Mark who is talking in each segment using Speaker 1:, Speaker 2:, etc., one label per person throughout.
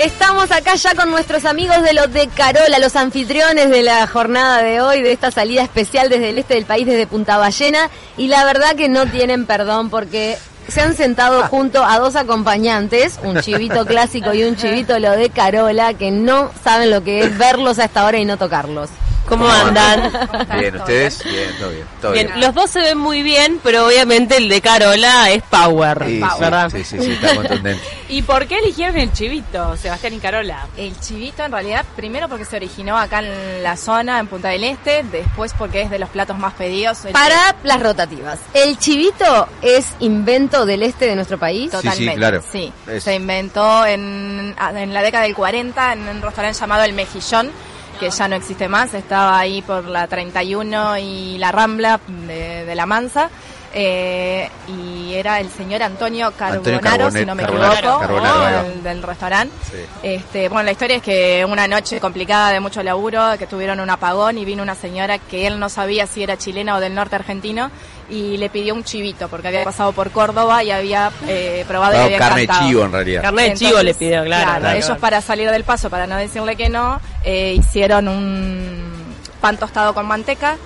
Speaker 1: Estamos acá ya con nuestros amigos de los de Carola, los anfitriones de la jornada de hoy, de esta salida especial desde el este del país, desde Punta Ballena. Y la verdad que no tienen perdón porque se han sentado junto a dos acompañantes, un chivito clásico y un chivito lo de Carola, que no saben lo que es verlos a esta hora y no tocarlos.
Speaker 2: ¿Cómo andan?
Speaker 3: Bien, ¿ustedes? Bien, todo bien. Todo bien.
Speaker 2: Bien, los dos se ven muy bien, pero obviamente el de Carola es power,
Speaker 3: Sí, sí,
Speaker 2: ¿verdad?
Speaker 3: sí, sí, sí, está contundente.
Speaker 4: ¿Y por qué eligieron el chivito, Sebastián y Carola?
Speaker 5: El chivito en realidad, primero porque se originó acá en la zona, en Punta del Este, después porque es de los platos más pedidos. El
Speaker 1: Para las rotativas, el chivito es invento del este de nuestro país.
Speaker 3: Sí,
Speaker 5: Totalmente.
Speaker 3: sí, claro.
Speaker 5: sí.
Speaker 3: Es-
Speaker 5: se inventó en, en la década del 40 en un restaurante llamado El Mejillón, que ya no existe más, estaba ahí por la 31 y la Rambla de, de La Mansa. eh, y era el señor Antonio Carbonaro,
Speaker 3: Antonio Carbone-
Speaker 5: si no me
Speaker 3: Carbonaro,
Speaker 5: equivoco,
Speaker 3: Carbonaro, ahí va.
Speaker 5: del, del restaurante.
Speaker 3: Sí.
Speaker 5: Este, bueno, la historia es que una noche complicada de mucho laburo, que tuvieron un apagón y vino una señora que él no sabía si era chilena o del norte argentino y le pidió un chivito porque había pasado por Córdoba y había eh, probado y
Speaker 3: Claro,
Speaker 5: había
Speaker 3: Ah, carne de
Speaker 5: encantado.
Speaker 3: chivo en realidad.
Speaker 2: Carne de
Speaker 5: Entonces,
Speaker 2: chivo le pidió, claro. claro.
Speaker 5: ellos para salir del paso, para no decirle que no, eh, hicieron un pan tostado con manteca,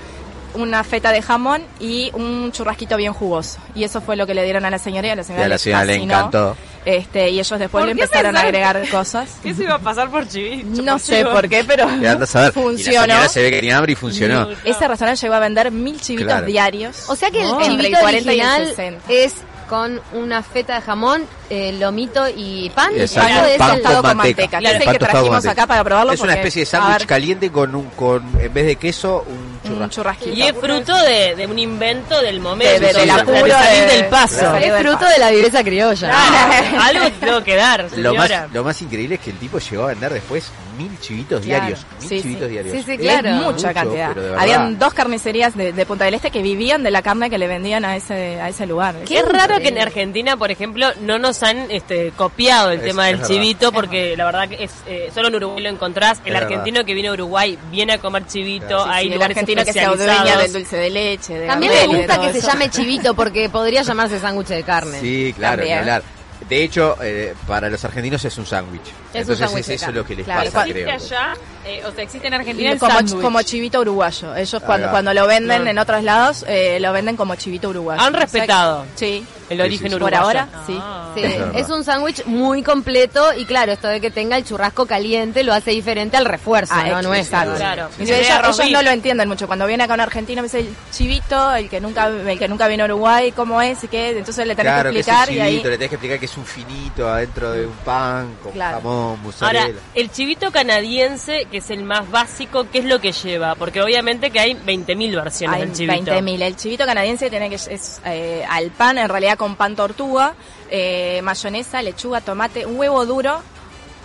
Speaker 5: una feta de jamón y un churrasquito bien jugoso. Y eso fue lo que le dieron a la señora y a la
Speaker 3: Y
Speaker 5: señora,
Speaker 3: a la señora le
Speaker 5: fascinó.
Speaker 3: encantó.
Speaker 5: Este, y ellos después
Speaker 4: ¿Por
Speaker 5: le
Speaker 4: qué
Speaker 5: empezaron a
Speaker 4: pensaste?
Speaker 5: agregar cosas.
Speaker 4: ¿Qué se iba a pasar por chivito?
Speaker 5: No sé por qué, pero
Speaker 3: Y anda a saber. Y la
Speaker 5: funcionó.
Speaker 3: señora se ve que tenía hambre y funcionó.
Speaker 5: Ese restaurante llegó a vender mil chivitos
Speaker 3: Claro.
Speaker 5: diarios.
Speaker 1: O sea que el
Speaker 5: Entre
Speaker 1: chivito
Speaker 5: 40 y el
Speaker 1: original
Speaker 5: 60.
Speaker 1: es con una feta de jamón, eh, lomito y pan. y
Speaker 3: Exacto,
Speaker 1: algo de
Speaker 3: pan
Speaker 1: ese
Speaker 3: con
Speaker 1: estado
Speaker 3: manteca.
Speaker 5: que es el
Speaker 3: Pan
Speaker 5: que
Speaker 3: tostado con
Speaker 5: trajimos
Speaker 3: manteca.
Speaker 5: acá para probarlo.
Speaker 3: Es una
Speaker 5: porque-
Speaker 3: especie de
Speaker 5: a
Speaker 3: sándwich
Speaker 5: ver,
Speaker 3: caliente con un con en vez de queso un
Speaker 5: Un
Speaker 3: churrasco.
Speaker 5: churrasquito.
Speaker 2: Y es fruto de, de un invento del
Speaker 5: De-
Speaker 2: momento.
Speaker 5: de- del
Speaker 3: sí,
Speaker 2: la
Speaker 5: apuro,
Speaker 2: salir
Speaker 5: de- Ah.
Speaker 2: del paso.
Speaker 5: de-
Speaker 1: Es fruto de la viveza criolla.
Speaker 2: Claro, algo te tengo que dar,
Speaker 3: Lo
Speaker 2: señora.
Speaker 3: más, lo más increíble es que el tipo llegó a vender después mil chivitos
Speaker 5: Claro.
Speaker 3: diarios. Mil
Speaker 5: Sí, sí.
Speaker 3: chivitos diarios.
Speaker 1: Sí, sí,
Speaker 3: Es
Speaker 1: claro.
Speaker 5: Es mucha
Speaker 3: mucho,
Speaker 5: cantidad.
Speaker 3: pero de verdad.
Speaker 5: Habían dos carnicerías de, de Punta del Este que vivían de la carne que le vendían a ese, a ese lugar.
Speaker 2: Qué raro que en Argentina, por ejemplo, no nos han este, copiado el
Speaker 3: Es-
Speaker 2: tema del
Speaker 3: es verdad.
Speaker 2: chivito, porque la verdad que es, eh, solo en Uruguay lo encontrás. El
Speaker 3: Es
Speaker 2: argentino que viene a Uruguay viene a comer chivito,
Speaker 3: Claro.
Speaker 2: hay
Speaker 5: Y el
Speaker 2: lugares
Speaker 5: argentino que se adueña
Speaker 2: especializados.
Speaker 5: del dulce de leche. de
Speaker 1: También me
Speaker 5: gambero y de
Speaker 1: gusta
Speaker 5: todo
Speaker 1: que se
Speaker 5: eso.
Speaker 1: llame chivito porque podría llamarse sándwich de carne.
Speaker 3: Sí, claro, ni
Speaker 5: También.
Speaker 3: hablar. De hecho, eh, para los argentinos es un sándwich.
Speaker 1: un
Speaker 3: Entonces
Speaker 1: sándwich
Speaker 3: es
Speaker 1: de
Speaker 3: eso
Speaker 1: carne.
Speaker 3: lo que les
Speaker 5: Claro,
Speaker 3: pasa,
Speaker 5: cual-
Speaker 3: creo.
Speaker 4: Existe allá, eh, o sea, existe en
Speaker 5: Y
Speaker 4: Argentina el
Speaker 5: como,
Speaker 4: sándwich.
Speaker 5: como chivito uruguayo. Ellos cuando,
Speaker 3: va.
Speaker 5: cuando lo venden
Speaker 2: Claro.
Speaker 5: en otros lados, eh, lo venden como chivito uruguayo.
Speaker 2: Han
Speaker 5: O sea que-
Speaker 2: respetado.
Speaker 5: Sí.
Speaker 2: El
Speaker 3: sí,
Speaker 2: origen
Speaker 3: sí.
Speaker 5: Por
Speaker 2: uruguayo. Ah.
Speaker 5: ahora, sí.
Speaker 1: Sí,
Speaker 3: Es verdad.
Speaker 1: es un sándwich muy completo y claro, esto de que tenga el churrasco caliente lo hace diferente al refuerzo,
Speaker 5: Ah,
Speaker 1: ¿no?
Speaker 5: ex-
Speaker 1: No es sándwich.
Speaker 2: Claro.
Speaker 5: Y ellos, ellos no lo entienden mucho. Cuando viene acá un argentino me dice el chivito, el que nunca, el que nunca vino a Uruguay, cómo es y qué. Entonces le tenés
Speaker 3: Claro,
Speaker 5: que
Speaker 3: que es un
Speaker 5: explicar
Speaker 3: chivito,
Speaker 5: y ahí.
Speaker 3: le tenés que explicar que es un finito adentro de un pan con
Speaker 5: Claro.
Speaker 3: jamón,
Speaker 2: Ahora,
Speaker 3: mozzarella.
Speaker 2: el chivito canadiense, que es el más básico, ¿qué es lo que lleva? Porque obviamente que hay 20.000 versiones
Speaker 5: Hay
Speaker 2: del chivito.
Speaker 5: 20.000. El chivito canadiense tiene que es eh, al pan, en realidad con pan tortuga, eh, mayonesa, lechuga, tomate, huevo duro,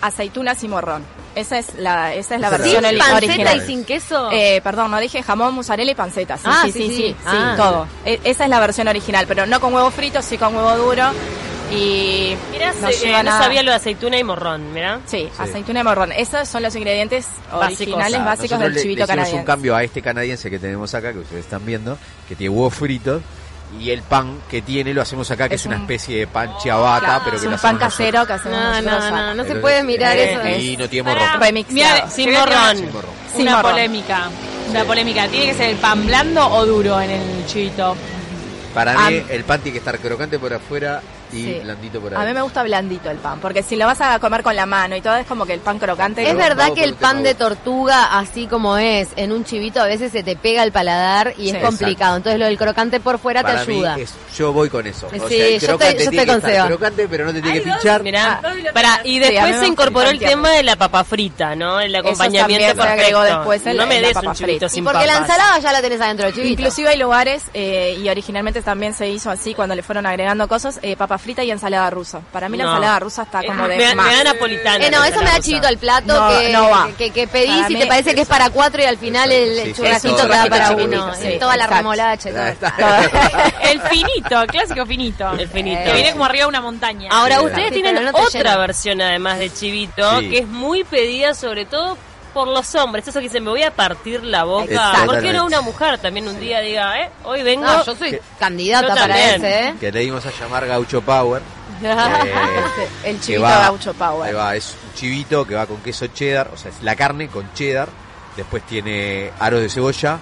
Speaker 5: aceitunas y morrón. Esa es la, esa
Speaker 3: Esa es
Speaker 5: es la
Speaker 3: la
Speaker 5: versión
Speaker 1: Sin
Speaker 3: el
Speaker 5: ori-
Speaker 1: panceta
Speaker 5: original.
Speaker 1: y sin queso.
Speaker 5: Eh, perdón, no dije jamón, mozzarella y panceta. Sí,
Speaker 1: Ah,
Speaker 5: sí,
Speaker 1: sí,
Speaker 5: sí,
Speaker 1: sí.
Speaker 5: sí, sí,
Speaker 1: Ah.
Speaker 5: todo. E- esa es la versión original, pero no con huevo frito, sí con huevo duro. Y
Speaker 2: Mirá,
Speaker 5: no,
Speaker 2: se- eh,
Speaker 5: lleva
Speaker 2: no
Speaker 5: nada.
Speaker 2: sabía lo de aceituna y morrón, mirá.
Speaker 5: Sí,
Speaker 3: Sí.
Speaker 5: aceituna y morrón. Esos son los ingredientes
Speaker 2: Básicos.
Speaker 5: originales
Speaker 3: Claro,
Speaker 5: básicos
Speaker 3: nosotros
Speaker 5: del
Speaker 3: le- le
Speaker 5: chivito
Speaker 3: hicimos
Speaker 5: canadiense.
Speaker 3: un cambio a este canadiense que tenemos acá, que ustedes están viendo, que tiene huevos fritos. Y el pan que tiene lo hacemos acá, que es,
Speaker 5: Es
Speaker 3: una
Speaker 5: un-
Speaker 3: especie de pan ciabatta,
Speaker 5: Claro,
Speaker 3: pero
Speaker 5: es
Speaker 3: que lo
Speaker 5: un pan
Speaker 3: hacemos nosotros.
Speaker 5: casero que hacemos
Speaker 1: no,
Speaker 5: nosotros
Speaker 1: no, no,
Speaker 5: acá.
Speaker 1: no se
Speaker 3: Pero
Speaker 1: puede
Speaker 3: es-
Speaker 1: mirar
Speaker 5: eh,
Speaker 1: eso.
Speaker 3: Y no tiene
Speaker 4: Pará.
Speaker 3: morrón.
Speaker 5: Remixeado.
Speaker 4: Mirá,
Speaker 2: Sin
Speaker 4: Creo que
Speaker 2: morrón.
Speaker 3: Sin morrón.
Speaker 5: Sin
Speaker 4: una
Speaker 5: morrón.
Speaker 4: polémica. Una polémica. ¿Tiene que ser el pan blando o duro en el chivito?
Speaker 3: Para
Speaker 5: Ah,
Speaker 3: mí, el pan tiene que estar crocante por afuera y
Speaker 5: Sí.
Speaker 3: blandito por
Speaker 5: A mí me
Speaker 3: adentro.
Speaker 5: gusta blandito el pan, porque si lo vas a comer con la mano y todo, es como que el pan crocante.
Speaker 1: Es
Speaker 3: Pero
Speaker 1: verdad
Speaker 3: vamos
Speaker 1: que
Speaker 3: por
Speaker 1: el
Speaker 3: un tema
Speaker 1: pan de
Speaker 3: gusto.
Speaker 1: tortuga, así como es, en un chivito a veces se te pega al paladar y
Speaker 5: Sí.
Speaker 1: es complicado. Entonces lo del crocante por fuera
Speaker 3: Para
Speaker 1: te
Speaker 3: mí
Speaker 1: ayuda.
Speaker 3: es- yo voy con eso. O
Speaker 1: Sí,
Speaker 3: sea,
Speaker 1: yo
Speaker 3: el
Speaker 1: estoy-
Speaker 3: crocante
Speaker 1: yo
Speaker 3: tiene
Speaker 1: estoy
Speaker 3: que
Speaker 1: con
Speaker 3: estar
Speaker 1: Seba.
Speaker 3: crocante, pero no te tiene que pinchar.
Speaker 2: Mirá,
Speaker 4: Ah,
Speaker 2: pará, y
Speaker 5: Sí, a mí
Speaker 2: después
Speaker 5: me
Speaker 2: se
Speaker 5: gusta
Speaker 2: incorporó el
Speaker 5: el pan
Speaker 2: tema de la papa frita, ¿no? El acompañamiento
Speaker 5: también se agregó
Speaker 2: perfecto.
Speaker 5: después el-
Speaker 2: no me
Speaker 5: la
Speaker 2: des
Speaker 5: papa
Speaker 2: un chivito
Speaker 5: frita.
Speaker 1: Y
Speaker 2: sin
Speaker 1: porque la
Speaker 2: papas.
Speaker 1: ensalada ya la tenés adentro del chivito.
Speaker 5: Inclusive hay lugares, eh, y originalmente también se hizo así cuando le fueron agregando cosas, eh, papa frita y ensalada rusa. Para mí
Speaker 2: No.
Speaker 5: la ensalada rusa está
Speaker 2: Eh,
Speaker 5: como de
Speaker 2: me, da-
Speaker 5: más.
Speaker 2: me da napolitana.
Speaker 1: Eh, no,
Speaker 2: la
Speaker 1: eso me
Speaker 2: ensalada
Speaker 1: da
Speaker 2: rusa.
Speaker 1: chivito al plato
Speaker 5: No,
Speaker 1: que,
Speaker 5: no va.
Speaker 1: que, que pedís
Speaker 5: Para
Speaker 1: y
Speaker 5: mí,
Speaker 1: te parece que es para cuatro y al final el
Speaker 3: Sí, sí,
Speaker 1: churrasquito
Speaker 3: eso,
Speaker 1: te da
Speaker 3: la
Speaker 1: para
Speaker 3: churrasquito,
Speaker 1: uno.
Speaker 3: sí,
Speaker 1: Y toda la
Speaker 5: exacto.
Speaker 1: remolacha y todo.
Speaker 3: Ah, está.
Speaker 4: El finito, el clásico finito.
Speaker 2: El finito.
Speaker 4: Que viene como arriba de una montaña.
Speaker 2: Ahora,
Speaker 3: Sí,
Speaker 2: ustedes
Speaker 1: sí,
Speaker 2: tienen
Speaker 1: pero no te
Speaker 2: otra
Speaker 1: llena.
Speaker 2: versión además de Chivito,
Speaker 3: Sí.
Speaker 2: que es muy pedida sobre todo por los hombres. Eso que dicen, me voy a partir la boca.
Speaker 3: Exacto.
Speaker 2: ¿Por qué no una mujer también un día diga, eh, hoy vengo?
Speaker 1: No, yo soy candidata
Speaker 2: Yo
Speaker 1: para
Speaker 2: también.
Speaker 1: ese, ¿eh?
Speaker 3: Que le dimos a llamar Gaucho Power. Eh,
Speaker 5: Ah, El
Speaker 3: que
Speaker 5: chivito
Speaker 3: va-
Speaker 5: gaucho power.
Speaker 3: Ahí va, es un chivito que va con queso cheddar, o sea, es la carne con cheddar. Después tiene aros de cebolla,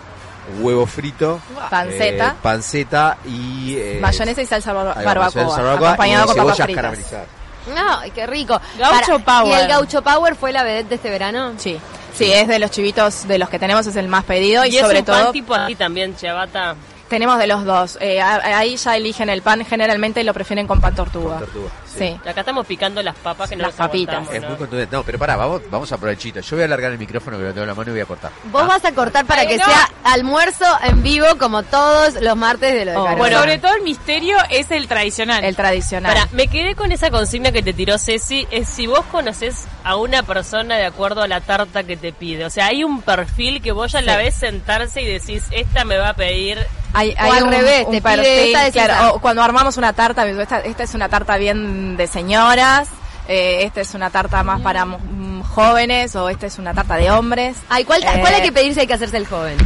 Speaker 3: huevo frito,
Speaker 5: Panceta.
Speaker 3: eh, panceta y eh,
Speaker 5: Mayonesa y salsa bar-
Speaker 3: ahí va,
Speaker 5: barbacoa,
Speaker 3: mayonesa barbacoa
Speaker 5: acompañado
Speaker 3: y
Speaker 5: con
Speaker 3: cebollas
Speaker 5: papas fritas.
Speaker 3: caramelizadas.
Speaker 1: No, ay, qué rico.
Speaker 4: Gaucho
Speaker 1: ¿Y
Speaker 4: Power.
Speaker 1: el Gaucho Power fue la vedette de este verano?
Speaker 5: Sí, sí, es de los chivitos de los que tenemos, es el más pedido y,
Speaker 2: es
Speaker 5: sobre
Speaker 2: un pan
Speaker 5: todo
Speaker 2: tipo así también, chavata.
Speaker 5: tenemos de los dos. Eh, a- ahí ya eligen el pan, generalmente lo prefieren con pan tortuga.
Speaker 3: Con tortuga, sí.
Speaker 5: Sí.
Speaker 2: Acá estamos picando las papas que no
Speaker 5: Las
Speaker 2: nos
Speaker 5: papitas.
Speaker 2: aguantamos,
Speaker 3: Es
Speaker 2: ¿no?
Speaker 3: muy contundente. No, pero pará, vamos, vamos a probar el chivito. Yo voy a alargar el micrófono que lo tengo en la mano y voy a cortar.
Speaker 1: Vos vas a cortar para
Speaker 4: Ay,
Speaker 1: que
Speaker 4: no.
Speaker 1: sea almuerzo en vivo como todos los martes de lo de
Speaker 5: Oh,
Speaker 1: Carol.
Speaker 5: Bueno.
Speaker 4: Bueno, sobre todo el misterio es el tradicional.
Speaker 5: El tradicional.
Speaker 2: Pará, me quedé con esa consigna que te tiró Ceci, es si vos conoces a una persona de acuerdo a la tarta que te pide. O sea, hay un perfil que vos ya la
Speaker 5: Sí.
Speaker 2: ves sentarse y decís, esta me va a pedir...
Speaker 5: Hay,
Speaker 1: O al revés, te pide esta, decís,
Speaker 5: claro,
Speaker 1: ah.
Speaker 5: o cuando armamos una tarta, esta, esta es una tarta bien de señoras, eh, esta es una tarta más para mu- mm, jóvenes o esta es una tarta de hombres.
Speaker 1: Ay, ¿cuál, cuál hay
Speaker 5: Eh,
Speaker 1: que Ah. pedir si hay que hacerse el joven?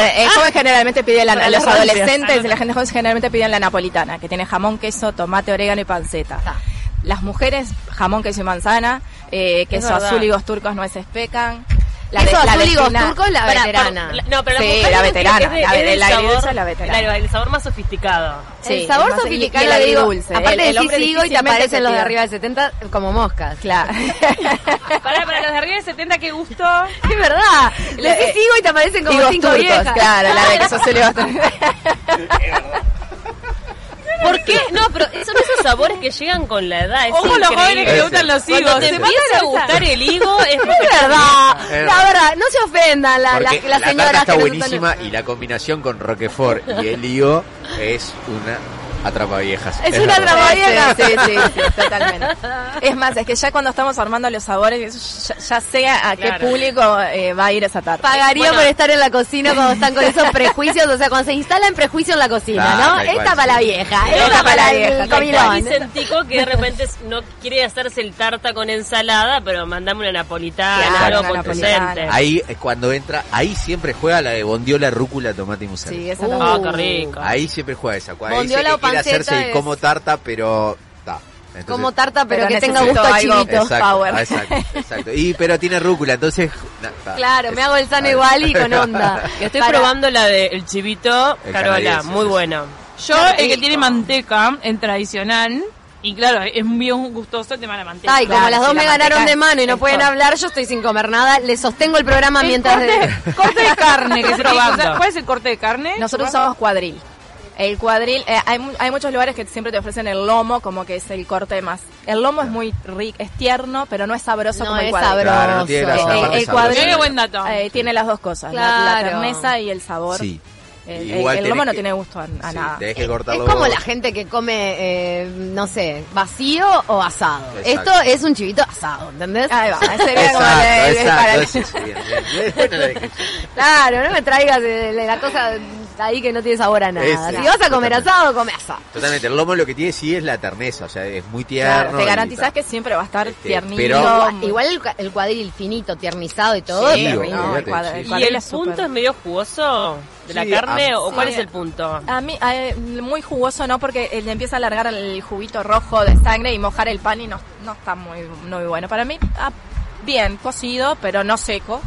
Speaker 5: Eh, el joven generalmente pide la-
Speaker 2: Para las
Speaker 5: los
Speaker 2: rancias.
Speaker 1: Ah,
Speaker 5: adolescentes, la gente joven generalmente piden la napolitana, que tiene jamón, queso, tomate, orégano y panceta. Las mujeres, jamón, queso y manzana, eh, queso
Speaker 2: verdad.
Speaker 5: azul, higos turcos, nueces pecan. La
Speaker 1: Queso
Speaker 5: de- la
Speaker 1: azul, higos
Speaker 5: vecina-
Speaker 1: turcos, la
Speaker 2: Pará,
Speaker 1: veterana.
Speaker 2: por- la- no, pero la
Speaker 5: Sí,
Speaker 2: mujer
Speaker 5: la
Speaker 2: es de-
Speaker 5: veterana,
Speaker 2: es de-
Speaker 5: la-
Speaker 2: es del
Speaker 5: el agridulce,
Speaker 2: sabor-
Speaker 5: la veterana.
Speaker 2: el- el sabor más sofisticado.
Speaker 5: Sí,
Speaker 1: el sabor
Speaker 5: más- y-
Speaker 1: sofisticado,
Speaker 5: y el
Speaker 1: digo,
Speaker 5: agridulce.
Speaker 1: aparte
Speaker 5: El- el
Speaker 1: decís
Speaker 5: hombre
Speaker 1: sigo y te
Speaker 5: difícilmente
Speaker 1: aparecen
Speaker 5: te
Speaker 1: los de
Speaker 5: tira.
Speaker 1: arriba de 70 como moscas.
Speaker 5: Claro.
Speaker 4: Para, para los de arriba de 70, qué gusto.
Speaker 1: Es verdad. Le decís sigo y te aparecen como
Speaker 5: Higos
Speaker 1: cinco
Speaker 5: turcos,
Speaker 1: viejas.
Speaker 5: Eh, claro, la de queso azul, higos turcos.
Speaker 2: ¿Por qué? No, pero son esos sabores que llegan con la edad. es
Speaker 4: Ojo los
Speaker 2: increíble.
Speaker 4: jóvenes que le
Speaker 3: Ese.
Speaker 4: gustan los higos.
Speaker 2: Cuando te
Speaker 4: Se
Speaker 2: empieza a
Speaker 4: matan
Speaker 2: gustar el higo es porque
Speaker 1: Es verdad.
Speaker 3: Es
Speaker 1: La
Speaker 3: verdad.
Speaker 1: verdad, no se ofendan la- la-
Speaker 3: Eh. Porque
Speaker 1: las
Speaker 3: la
Speaker 1: señoras
Speaker 3: tarta está
Speaker 1: que nos están-
Speaker 3: buenísima y la combinación con Roquefort y el higo es una atrapaviejas.
Speaker 1: Es una
Speaker 3: verdad.
Speaker 1: atrapaviejas.
Speaker 5: Sí, este, sí, sí, sí, totalmente. Es más, es que ya cuando estamos armando los sabores, eso ya, ya sé a qué
Speaker 2: Claro.
Speaker 5: público eh, va a ir esa tarta.
Speaker 1: Pagaría
Speaker 2: Bueno.
Speaker 1: por estar en la cocina cuando están con esos prejuicios, o sea, cuando se instalan prejuicios en la cocina,
Speaker 3: Claro,
Speaker 1: ¿no?
Speaker 3: tal cual,
Speaker 1: Esta para la
Speaker 3: sí.
Speaker 1: vieja,
Speaker 5: Pero
Speaker 1: esta
Speaker 5: no
Speaker 1: para
Speaker 5: para la
Speaker 1: el
Speaker 5: vieja, tal
Speaker 1: comilón.
Speaker 2: Vicentico que de repente es- no quiere hacerse el tarta con ensalada, pero mandame una napolitana,
Speaker 5: Claro,
Speaker 2: algo
Speaker 5: una
Speaker 2: contundente.
Speaker 5: napolitana.
Speaker 3: Ahí es cuando entra, ahí siempre juega la de bondiola, rúcula, tomate y musel.
Speaker 5: Sí, esa
Speaker 2: Ah,
Speaker 5: también.
Speaker 2: qué rico.
Speaker 3: Ahí siempre juega esa. Cuando dice
Speaker 1: Bondiola
Speaker 3: que
Speaker 1: o
Speaker 3: quiere
Speaker 1: panceta
Speaker 3: hacerse
Speaker 1: es-
Speaker 3: y como tarta, pero está. Entonces-
Speaker 1: Como tarta, pero,
Speaker 5: Pero
Speaker 1: que tenga
Speaker 5: necesito
Speaker 1: gusto a
Speaker 5: algo-
Speaker 1: chivito.
Speaker 3: Exacto,
Speaker 5: power.
Speaker 3: ah, exacto, exacto. Y pero tiene rúcula, entonces na, está.
Speaker 1: Claro, me hago el sano
Speaker 3: Ahí.
Speaker 1: igual y con onda.
Speaker 2: Que estoy
Speaker 1: Para-
Speaker 2: probando la del el chivito,
Speaker 3: El
Speaker 2: Carola,
Speaker 3: canadiense,
Speaker 2: muy
Speaker 3: sí.
Speaker 2: bueno.
Speaker 4: Yo, el que tiene manteca, en tradicional, y claro, es bien gustoso el tema de la manteca.
Speaker 1: Ay, como
Speaker 5: Claro,
Speaker 1: las dos
Speaker 5: si la
Speaker 1: me ganaron
Speaker 5: manteca
Speaker 1: de mano y no
Speaker 5: es
Speaker 1: pueden
Speaker 5: todo.
Speaker 1: hablar, yo estoy sin comer nada. Les sostengo el programa
Speaker 4: El
Speaker 1: mientras...
Speaker 4: corte,
Speaker 1: de-
Speaker 4: corte de carne que se tiene que
Speaker 2: Probando.
Speaker 4: usar. ¿Cuál es el corte de carne?
Speaker 5: Nosotros usamos cuadril. El cuadril, eh, hay, mu- hay muchos lugares que siempre te ofrecen el lomo, como que es el corte más. El lomo es muy rico, es tierno, pero no es sabroso
Speaker 1: No
Speaker 5: como el
Speaker 1: es
Speaker 5: cuadril.
Speaker 1: sabroso.
Speaker 3: Claro, no tiene grasa,
Speaker 5: Eh,
Speaker 3: aparte
Speaker 5: el
Speaker 3: es sabroso.
Speaker 5: cuadril-
Speaker 4: Mira qué buen dato.
Speaker 5: Eh, tiene las dos cosas, la- la,
Speaker 1: Claro.
Speaker 5: terneza y el sabor. Eh,
Speaker 3: Sí.
Speaker 5: El,
Speaker 3: Igual
Speaker 5: el
Speaker 3: tenés
Speaker 5: lomo no
Speaker 3: que-
Speaker 5: tiene gusto a, a
Speaker 3: sí,
Speaker 5: nada.
Speaker 3: tenés que
Speaker 1: Ah, Es
Speaker 3: cortarlo
Speaker 1: como
Speaker 3: vos.
Speaker 1: la gente que come, eh, no sé, vacío o asado.
Speaker 3: Exacto.
Speaker 1: Esto es un chivito asado, ¿entendés?
Speaker 5: Ahí va, sería como el-
Speaker 1: eh,
Speaker 3: Exacto,
Speaker 5: el- el-
Speaker 3: exacto.
Speaker 5: para-
Speaker 3: eso es bien, bien. Buena la descripción.
Speaker 1: Claro, no me traigas eh, la cosa ahí que no tiene sabor a nada.
Speaker 3: Ese.
Speaker 1: si vas a comer
Speaker 3: Totalmente.
Speaker 1: asado, come asado.
Speaker 3: Totalmente, el lomo lo que tiene sí es la terneza, o sea, es muy
Speaker 5: Claro,
Speaker 3: tierno.
Speaker 5: te
Speaker 3: y
Speaker 5: garantizás
Speaker 3: tal.
Speaker 5: que siempre va a estar
Speaker 3: Este,
Speaker 5: tiernito.
Speaker 3: pero-
Speaker 1: Igual-
Speaker 5: muy-
Speaker 1: Igual el, cua- el cuadril finito, tiernizado y todo.
Speaker 3: Sí,
Speaker 1: pero-
Speaker 3: obvio.
Speaker 5: no, el
Speaker 3: olvídate,
Speaker 5: cuadro- el
Speaker 3: sí.
Speaker 2: ¿Y
Speaker 5: cuadril
Speaker 2: el
Speaker 5: es súper-
Speaker 2: punto es medio jugoso de la
Speaker 3: Sí,
Speaker 2: carne
Speaker 3: a-
Speaker 2: o cuál
Speaker 5: sí.
Speaker 2: es el punto?
Speaker 5: A mí, eh, muy jugoso no, porque él empieza a largar el juguito rojo de sangre y mojar el pan y no, no está muy, no muy bueno. Para mí, ah, bien cocido, pero no seco.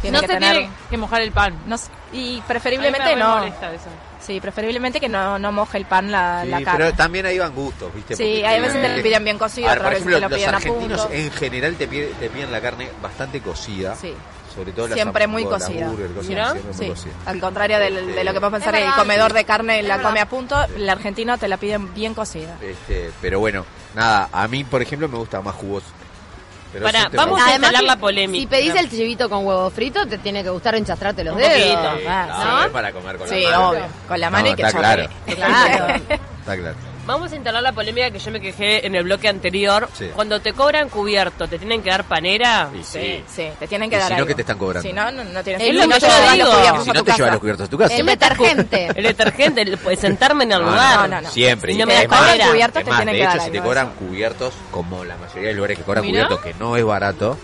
Speaker 5: Tiene
Speaker 4: no
Speaker 5: que
Speaker 4: se
Speaker 5: tener-
Speaker 4: tiene que mojar el pan.
Speaker 5: no s- y
Speaker 4: A mí me
Speaker 5: preferiblemente
Speaker 4: re
Speaker 5: no.
Speaker 4: molesta eso.
Speaker 5: Sí, preferiblemente que no, no moje el pan la,
Speaker 3: Sí,
Speaker 5: la carne.
Speaker 3: pero también ahí van gustos, ¿viste?
Speaker 5: Sí,
Speaker 3: Porque
Speaker 5: hay veces te
Speaker 3: eh,
Speaker 5: lo piden bien cocido,
Speaker 3: a ver,
Speaker 5: otras
Speaker 3: por
Speaker 5: veces
Speaker 3: ejemplo,
Speaker 5: te lo
Speaker 3: los
Speaker 5: piden a
Speaker 3: argentinos
Speaker 5: punto.
Speaker 3: en general te piden, te piden la carne bastante cocida.
Speaker 5: Sí.
Speaker 3: Sobre todo las
Speaker 5: Siempre muy
Speaker 3: hamburguesas,
Speaker 5: cocida.
Speaker 3: las burgers, cosas
Speaker 2: ¿Mirá?
Speaker 3: así, siempre muy
Speaker 5: Sí,
Speaker 3: cocida.
Speaker 5: al contrario del- de lo que puedes pensar, el comedor de carne la come a punto, el argentino te la piden bien cocida.
Speaker 3: Este, pero bueno, nada, a mí, por ejemplo, me gusta más jugoso. Pero
Speaker 2: Pará,
Speaker 3: es un tema
Speaker 2: vamos
Speaker 3: de-
Speaker 2: a
Speaker 1: Además,
Speaker 2: instalar la
Speaker 1: si-
Speaker 2: polémica.
Speaker 1: Si pedís el chivito con huevo frito, te tiene que gustar enchastrarte los
Speaker 2: Un
Speaker 1: dedos.
Speaker 2: poquito,
Speaker 3: Sí,
Speaker 1: ¿no?
Speaker 3: no, es para comer con
Speaker 5: Sí,
Speaker 3: la mano.
Speaker 5: obvio. Con la mano
Speaker 3: No,
Speaker 5: y que
Speaker 3: está
Speaker 5: chorree.
Speaker 3: claro.
Speaker 1: Claro.
Speaker 3: Está claro.
Speaker 2: Vamos a instalar la polémica que yo me quejé en el bloque anterior.
Speaker 3: Sí.
Speaker 2: Cuando te cobran cubierto, ¿te tienen que dar panera?
Speaker 3: Y
Speaker 5: Sí,
Speaker 3: sí.
Speaker 5: sí, te tienen
Speaker 3: Y
Speaker 5: que
Speaker 3: si
Speaker 5: dar
Speaker 3: no,
Speaker 5: algo.
Speaker 3: ¿qué te están cobrando?
Speaker 5: Si no, no, no tienes
Speaker 2: Es
Speaker 5: si
Speaker 2: lo que
Speaker 5: no te
Speaker 2: yo
Speaker 5: llevan
Speaker 2: digo.
Speaker 5: los cubiertos
Speaker 3: Si
Speaker 5: a
Speaker 3: no
Speaker 5: tu
Speaker 3: te
Speaker 5: casa.
Speaker 3: llevas los cubiertos a tu casa.
Speaker 1: El detergente.
Speaker 2: El detergente, el- pues, sentarme en el
Speaker 3: No, no,
Speaker 2: lugar.
Speaker 5: no, no.
Speaker 3: Siempre.
Speaker 2: Si no
Speaker 3: Y
Speaker 2: me
Speaker 3: es
Speaker 2: das
Speaker 3: más,
Speaker 2: cobrar
Speaker 5: cubiertos,
Speaker 3: es
Speaker 5: te
Speaker 3: más,
Speaker 5: tienen
Speaker 3: de
Speaker 5: que
Speaker 3: hecho,
Speaker 5: dar
Speaker 3: si te
Speaker 5: algo,
Speaker 3: cobran
Speaker 5: eso.
Speaker 3: cubiertos, como la mayoría de lugares que cobran
Speaker 2: Mirá.
Speaker 3: cubiertos, que no es barato,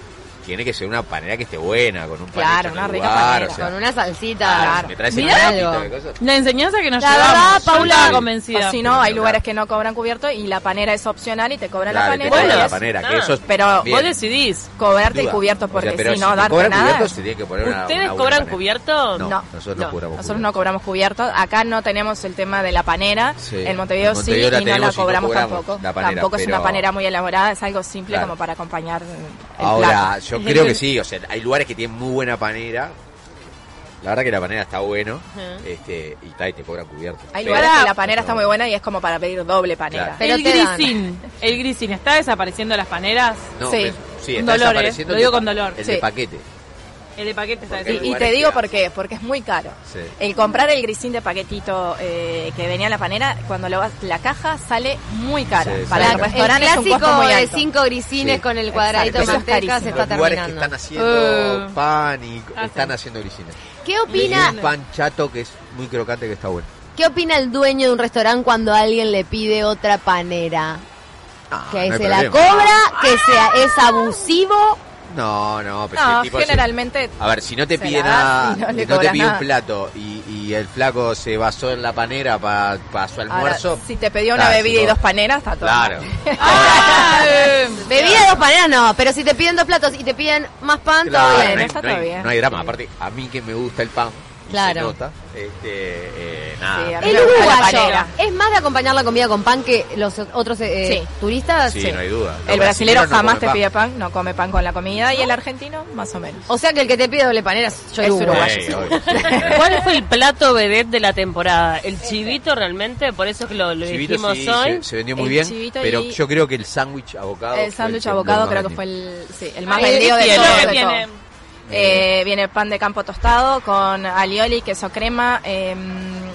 Speaker 3: tiene que ser una panera que esté buena, con un
Speaker 5: Claro,
Speaker 3: pancho en
Speaker 5: una
Speaker 3: el
Speaker 5: rica
Speaker 3: lugar,
Speaker 5: panera,
Speaker 3: o sea,
Speaker 1: Con una salsita.
Speaker 3: claro, si me traes en una
Speaker 1: Mirá
Speaker 3: tapita
Speaker 1: algo.
Speaker 3: de cosas,
Speaker 4: La enseñanza que nos
Speaker 1: La
Speaker 4: llevamos.
Speaker 1: verdad,
Speaker 4: Yo
Speaker 1: Paula,
Speaker 4: estaba
Speaker 5: O
Speaker 4: convencida.
Speaker 5: si no, hay
Speaker 3: Claro.
Speaker 5: lugares que no cobran cubierto y la panera es opcional y te cobran
Speaker 3: claro,
Speaker 5: la
Speaker 3: te
Speaker 5: panera.
Speaker 3: cobran
Speaker 5: y
Speaker 3: la
Speaker 5: es
Speaker 3: panera, que
Speaker 2: nada.
Speaker 3: eso es
Speaker 5: Pero vos
Speaker 3: bien,
Speaker 2: Vos decidís.
Speaker 5: Cobrarte el
Speaker 3: duda.
Speaker 5: cubierto
Speaker 3: O sea,
Speaker 5: porque
Speaker 3: pero
Speaker 5: si no,
Speaker 3: te
Speaker 5: darte
Speaker 3: cobran
Speaker 5: nada.
Speaker 3: cubierto, se tiene que poner una-
Speaker 2: ¿Ustedes
Speaker 3: una buena
Speaker 2: cobran
Speaker 3: panera.
Speaker 2: cubierto?
Speaker 3: No. nosotros no cobramos
Speaker 5: Nosotros
Speaker 3: cubierto.
Speaker 5: no cobramos cubierto. Acá no tenemos el tema de la panera.
Speaker 3: Sí.
Speaker 5: En Montevideo
Speaker 3: En
Speaker 5: sí
Speaker 3: Montevideo la
Speaker 5: y no la
Speaker 3: tenemos y no
Speaker 5: cobramos
Speaker 3: cobramos
Speaker 5: tampoco.
Speaker 3: la panera,
Speaker 5: tampoco es
Speaker 3: pero-
Speaker 5: una panera muy elaborada, es algo simple
Speaker 3: Claro.
Speaker 5: como para acompañar el
Speaker 3: Ahora,
Speaker 5: plato.
Speaker 3: yo creo que sí, o sea, hay lugares que tienen muy buena panera. La verdad que la panera está bueno, este, y, ta, y te cobran cubierto.
Speaker 5: Hay
Speaker 3: Pero-
Speaker 5: lugares que la panera
Speaker 3: no.
Speaker 5: está muy buena y es como para pedir doble panera.
Speaker 3: Claro.
Speaker 1: Pero
Speaker 4: el
Speaker 1: te dan.
Speaker 4: grisín. El grisín. ¿Está desapareciendo las paneras?
Speaker 3: No,
Speaker 5: Sí.
Speaker 3: pero- sí,
Speaker 4: Con
Speaker 3: está
Speaker 4: dolor,
Speaker 3: desapareciendo
Speaker 4: eh. Lo
Speaker 3: el
Speaker 4: digo
Speaker 3: de-
Speaker 4: con dolor.
Speaker 3: El
Speaker 5: Sí.
Speaker 3: de paquete.
Speaker 4: El de paquete está
Speaker 3: Porque-
Speaker 5: Y-
Speaker 3: hay
Speaker 5: Y,
Speaker 4: desapareciendo.
Speaker 5: te
Speaker 3: lugares
Speaker 5: digo
Speaker 3: que
Speaker 5: por qué, porque es muy caro.
Speaker 3: Sí.
Speaker 5: El comprar el grisín de paquetito eh, que venía en la panera, cuando lo vas, la caja sale muy cara.
Speaker 3: Sí, sale
Speaker 5: para el
Speaker 3: caro.
Speaker 5: restaurante es
Speaker 1: el
Speaker 5: un costo
Speaker 1: clásico
Speaker 5: muy
Speaker 1: de
Speaker 5: alto.
Speaker 1: cinco grisines
Speaker 3: Sí.
Speaker 1: con el cuadradito de
Speaker 5: Exacto, eso es
Speaker 1: manteca se
Speaker 5: carísimo.
Speaker 1: está
Speaker 3: Los lugares que están
Speaker 1: terminando.
Speaker 3: haciendo
Speaker 5: Uh.
Speaker 4: Eh.
Speaker 3: pan y
Speaker 4: Ah,
Speaker 3: están
Speaker 4: sí.
Speaker 3: haciendo grisina.
Speaker 1: ¿Qué
Speaker 3: Y
Speaker 1: opina,
Speaker 3: un pan chato que es muy crocante que está bueno.
Speaker 1: ¿Qué opina el dueño de un restaurante cuando alguien le pide otra panera?
Speaker 3: Ah,
Speaker 1: Que
Speaker 3: no hay
Speaker 1: se la
Speaker 3: problema.
Speaker 1: cobra, que sea, es abusivo.
Speaker 3: No, no, pero si el
Speaker 5: No,
Speaker 3: tipo se-
Speaker 5: generalmente
Speaker 3: A ver, si no te
Speaker 5: Se
Speaker 3: pide
Speaker 5: la das
Speaker 3: nada,
Speaker 5: y no le
Speaker 3: si no te
Speaker 5: cobras
Speaker 3: pide un
Speaker 5: nada.
Speaker 3: plato y, y el flaco se basó en la panera para su
Speaker 5: ahora,
Speaker 3: almuerzo.
Speaker 5: si te pedía una
Speaker 3: claro,
Speaker 5: bebida
Speaker 3: si
Speaker 5: y
Speaker 3: no-
Speaker 5: dos paneras, está todo.
Speaker 3: Claro.
Speaker 1: Bebida de dos paneras no, pero si te piden dos platos y te piden más pan,
Speaker 3: Claro,
Speaker 1: todo
Speaker 5: bien,
Speaker 3: no, hay,
Speaker 5: está
Speaker 3: no hay-
Speaker 5: todo bien.
Speaker 3: no hay drama. Aparte, a mí que me gusta el pan, y
Speaker 1: Claro.
Speaker 3: se nota. Este, eh, nada.
Speaker 5: Sí, a mí
Speaker 1: El
Speaker 5: me gusta la
Speaker 1: uruguayo
Speaker 5: panera.
Speaker 1: es más de acompañar la comida con pan que los otros eh,
Speaker 5: Sí.
Speaker 1: turistas.
Speaker 3: Sí,
Speaker 1: Sí.
Speaker 3: no hay duda. Los
Speaker 5: El brasilero
Speaker 3: brasileños no
Speaker 5: jamás
Speaker 3: comen
Speaker 5: te
Speaker 3: pan.
Speaker 5: pide pan, no come pan con la comida y el argentino más o menos.
Speaker 1: O sea que el que te pide doble panera es yo
Speaker 5: Es
Speaker 1: uruguayo.
Speaker 5: uruguayo.
Speaker 3: Sí, obvio, sí.
Speaker 2: ¿Cuál fue el plato vedette de la temporada? ¿El chivito realmente? Por eso que lo, lo
Speaker 3: Chivito
Speaker 2: dijimos
Speaker 3: sí,
Speaker 2: hoy.
Speaker 3: se, se vendió muy
Speaker 5: El
Speaker 3: bien,
Speaker 5: chivito
Speaker 3: pero
Speaker 5: y-
Speaker 3: yo creo que el sándwich abocado. fue
Speaker 5: El sándwich
Speaker 3: que
Speaker 5: abocado
Speaker 3: más
Speaker 5: creo que
Speaker 3: vendió.
Speaker 5: fue el, sí, Ah, el más
Speaker 4: Ay,
Speaker 5: vendido de
Speaker 4: es lo
Speaker 5: todo.
Speaker 4: que
Speaker 5: de
Speaker 4: tiene.
Speaker 5: todo. Eh, viene pan de campo tostado con alioli, queso crema, eh,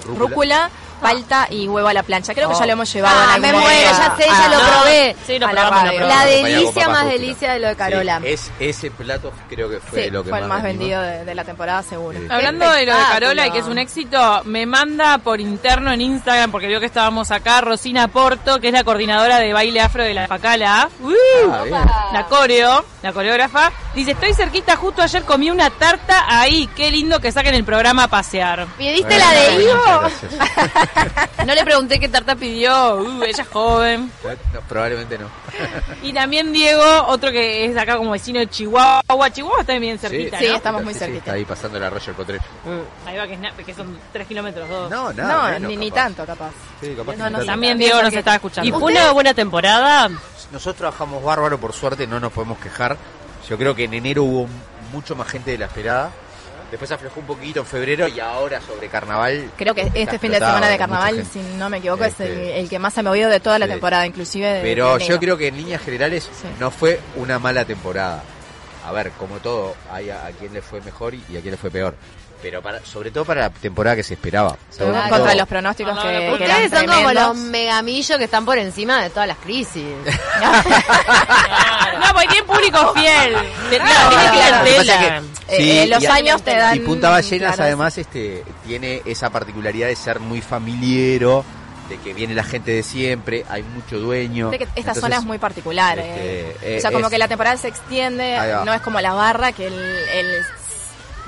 Speaker 3: Rúcula.
Speaker 5: rúcula, palta y huevo a la plancha. Creo que ya lo hemos llevado
Speaker 1: Ah,
Speaker 5: en algún
Speaker 1: me muero,
Speaker 5: momento.
Speaker 1: ya sé, ya lo
Speaker 5: no.
Speaker 1: probé.
Speaker 2: Sí, lo
Speaker 5: A la
Speaker 2: probamos, lo
Speaker 5: radio.
Speaker 2: probamos.
Speaker 1: La
Speaker 3: acompañado con
Speaker 1: delicia
Speaker 3: papas
Speaker 1: más
Speaker 3: rúcula.
Speaker 1: delicia de lo de
Speaker 3: Sí,
Speaker 1: Carola.
Speaker 3: es, ese plato creo que fue
Speaker 5: Sí,
Speaker 3: lo que
Speaker 5: fue el más
Speaker 3: me animó.
Speaker 5: vendido de, de la temporada seguro.
Speaker 3: Sí.
Speaker 4: Hablando de lo de
Speaker 1: Espectáculo.
Speaker 4: Carola y que es un éxito, me manda por interno en Instagram, porque vio que estábamos acá, Rosina Porto, que es la coordinadora de baile afro de la Pacala. ¡Uh!
Speaker 3: Ah, bien.
Speaker 4: La coreo, la coreógrafa, dice, estoy cerquita, justo ayer comí una tarta ahí, qué lindo que saquen el programa a pasear.
Speaker 1: ¿Pidiste
Speaker 3: Bueno,
Speaker 1: la de
Speaker 3: bueno,
Speaker 1: Ivo?
Speaker 3: muchas gracias.
Speaker 4: No le pregunté qué tarta pidió, uh, ella es joven.
Speaker 3: No, probablemente no.
Speaker 4: Y también Diego, otro que es acá como vecino de Chihuahua, Chihuahua está bien cerquita,
Speaker 5: Sí,
Speaker 4: ¿no? Mm.
Speaker 5: estamos muy
Speaker 3: Sí, sí,
Speaker 5: cerquita.
Speaker 3: está ahí pasando el arroyo el potrecho.
Speaker 4: Ahí va que, es na- que son tres kilómetros, dos.
Speaker 3: No, nada.
Speaker 5: No,
Speaker 3: menos,
Speaker 5: ni, ni
Speaker 3: capaz.
Speaker 5: tanto capaz.
Speaker 3: Sí, capaz que
Speaker 5: No,
Speaker 3: ni
Speaker 5: no,
Speaker 3: tanto.
Speaker 4: También
Speaker 5: Bien,
Speaker 4: Diego nos
Speaker 5: porque-
Speaker 4: estaba
Speaker 2: ¿Y
Speaker 4: escuchando.
Speaker 2: fue una buena temporada?
Speaker 3: Nosotros trabajamos bárbaro, por suerte, no nos podemos quejar. Yo creo que en enero hubo mucho más gente de la esperada. Después aflojó un poquito en febrero y ahora sobre carnaval.
Speaker 5: Creo que
Speaker 3: está
Speaker 5: este fin de
Speaker 3: explotado,
Speaker 5: semana de
Speaker 3: hay mucha
Speaker 5: carnaval,
Speaker 3: gente.
Speaker 5: si no me equivoco, es el,
Speaker 3: Este-
Speaker 5: el que más se ha movido de toda la
Speaker 3: Sí.
Speaker 5: temporada, inclusive de
Speaker 3: Pero
Speaker 5: de enero.
Speaker 3: yo creo que en líneas generales
Speaker 5: Sí.
Speaker 3: no fue una mala temporada. A ver, como todo, hay a, a quien le fue mejor y, y a quien le fue peor. Pero para, sobre todo para la temporada que se esperaba. Sobre
Speaker 5: Estuvimos
Speaker 3: todo-
Speaker 5: Ah, contra los pronósticos
Speaker 4: No,
Speaker 5: que,
Speaker 4: no, no,
Speaker 5: que
Speaker 4: porque
Speaker 1: Ustedes
Speaker 5: eran
Speaker 1: son como los
Speaker 5: tremendos.
Speaker 1: megamillos que están por encima de todas las crisis.
Speaker 4: No, porque tiene público fiel. Te- no, tiene
Speaker 5: claro.
Speaker 3: Lo que pasa
Speaker 4: clientela.
Speaker 3: es que-
Speaker 5: Eh, eh, los
Speaker 3: y-
Speaker 5: años te dan-
Speaker 3: Y Punta Ballenas,
Speaker 5: claro,
Speaker 3: además, este, tiene esa particularidad de ser muy familiero, de que viene la gente de siempre, hay mucho dueño.
Speaker 5: Sé que esta
Speaker 3: Entonces,
Speaker 5: zona es muy particular.
Speaker 3: este,
Speaker 5: eh.
Speaker 3: eh,
Speaker 5: o sea, como
Speaker 3: es-
Speaker 5: que la temporada se extiende,
Speaker 3: Ahí va.
Speaker 5: no es como la barra que el, el